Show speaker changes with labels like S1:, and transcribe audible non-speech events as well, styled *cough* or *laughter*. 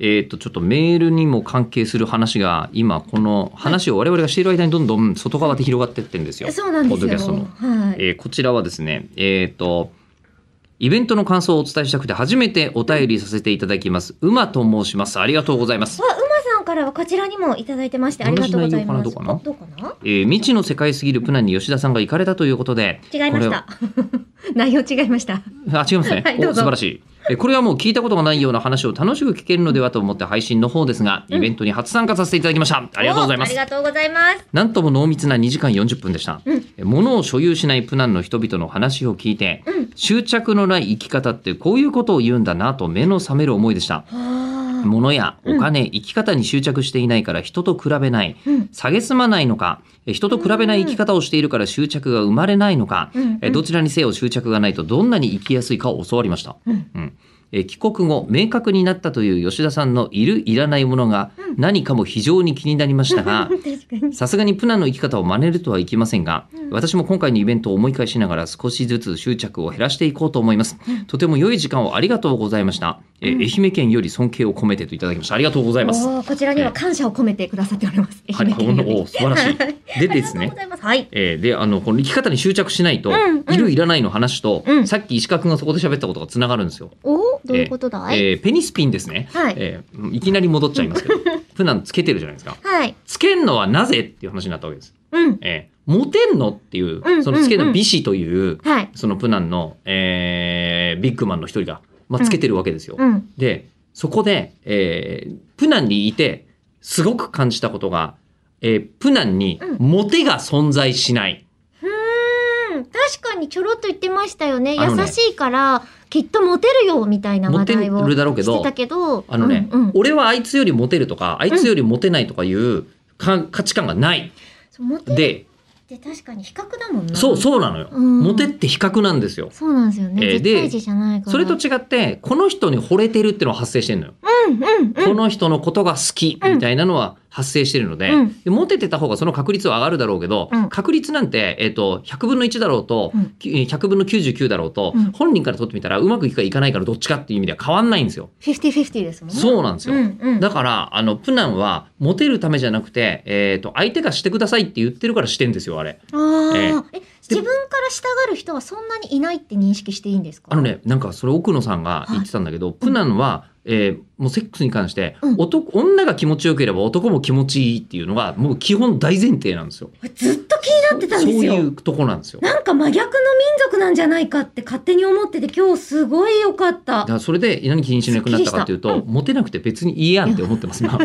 S1: えー、とちょっとメールにも関係する話が今この話を我々がしている間にどんどん外側で広がっていってるんですよ。
S2: そうなんで
S1: ポッド
S2: す
S1: キ
S2: よ。
S1: ャストの
S2: はい。
S1: えーこちらはですね、えっ、と、イベントの感想をお伝えしたくて初めてお便りさせていただきます。馬と申します。ありがとうございます。
S2: わ、馬さんからはこちらにもいただいてまして、ありがとうございます。
S1: 同じ内容かな
S2: どうかな
S1: えー未知の世界すぎるプナンに吉田さんが行かれたということで、
S2: 違いまし
S1: これ
S2: た。 *laughs* 内容違いました。
S1: あ、違いますね。
S2: *laughs* はい
S1: お
S2: どうぞ
S1: 素晴らしい。えこれはもう聞いたことがないような話を楽しく聞けるのではと思って配信の方ですが、イベントに初参加させていただきました。ありがとうございま
S2: おあ
S1: す
S2: り。がとうございます。
S1: なんとも濃密な2時間40分でした。
S2: うん
S1: え物を所有しないプナンの人々の話を聞いて、
S2: うん
S1: 執着のない生き方ってこういうことを言うんだなと目の覚める思いでした。
S2: は
S1: 物やお金、生き方に執着していないから人と比べない。
S2: あ。うん。
S1: 下げすまないのか、え人と比べない生き方をしているから執着が生まれないのか、
S2: うん
S1: えどちらにせよ執着がないとどんなに生きやすいかを教わりました。
S2: うん
S1: え帰国後、明確になったという吉田さんのいる、いらないものが何かも非常に気になりましたが、
S2: 確かに。
S1: さすがにプナンの生き方を真似るとはいきませんが、私も今回のイベントを思い返しながら少しずつ執着を減らしていこうと思います。とても良い時間をありがとうございました。え愛媛県より尊敬を込めてといただきました。ありがとうございます。
S2: おーこちらには感謝を込めてくださっております。
S1: はい、
S2: 愛
S1: ほん
S2: 媛県
S1: と
S2: より
S1: お素晴らしい。
S2: *laughs*
S1: で
S2: あり
S1: で
S2: が
S1: す
S2: とうご
S1: ね。
S2: ざいます。はい。
S1: えーであのこの生き方に執着しないと、
S2: うんうん
S1: いるいらないの話と、
S2: うん
S1: さっき石川君がそこで喋ったことがつながるんですよ。
S2: おどういうことだい、
S1: えーペニスピンですね、
S2: はい
S1: えーいきなり戻っちゃいます
S2: *laughs*
S1: けど普段つけてるじゃないですか。
S2: はい。
S1: つけんのはなぜっていう話になったわけです。
S2: うん。
S1: えーモテんのっていう、
S2: うん
S1: そのつけるの美子という、
S2: はい。
S1: そのプナンの、えービッグマンの一人が、まあ、つけてるわけですよ。
S2: うん。
S1: でそこで、えープナンにいてすごく感じたことが、えープナンに
S2: う
S1: モテが存在しない、
S2: うん、確かにちょろっと言ってましたよね。
S1: あのね
S2: 優しいから、きっとモテるよ、みたいな
S1: モ
S2: 話
S1: テ
S2: 題を
S1: る
S2: し
S1: だろうけ
S2: て
S1: ど
S2: たけど。
S1: あのね、
S2: うんうん
S1: 俺はあいつよりモテるとかあいつよりモテないとかいうか価値観がない
S2: そうモテる
S1: で、
S2: って確かに比較だもんな。
S1: そうそうなのよ、
S2: うん
S1: モテって比較なんですよ
S2: そうなんですよね。
S1: えー
S2: 絶対値じゃないから。
S1: それと違ってこの人に惚れてるってのは発生してるのよ、
S2: うんうんうん。
S1: この人のことが好きみたいなのは発生してるので,、
S2: うん
S1: でモテてた方がその確率は上がるだろうけど、
S2: うん
S1: 確率なんて、えっと100分の1だろうと、
S2: うん
S1: き100分の99だろうと、
S2: うん
S1: 本人から取ってみたらうまくいくかいかないかのどっちかっていう意味では変わんないんですよ。
S2: フィフティフィフティですもんね。
S1: そうなんですよ、
S2: うんうん。
S1: だからあのプナンはモテるためじゃなくて、えっと相手がしてくださいって言ってるからしてんですよあれ。
S2: あー
S1: え
S2: え自分から従う人はそんなにいないって認識していいんですか
S1: あのねなんかそれ奥野さんが言ってたんだけど、プナンは、えーもうセックスに関して、
S2: うん
S1: 男女が気持ちよければ男も気持ちいいっていうのがもう基本大前提なんですよ。
S2: ずっと気になってたんです
S1: そうい
S2: よ
S1: うとこなんですよ。だ
S2: なんか真逆の民族なんじゃないかって勝手に思ってて今日すごい良かった
S1: からそれで何気にしなくなったかっていう
S2: すっき
S1: と、
S2: りし
S1: モテなくて別にいいやんって思ってます。今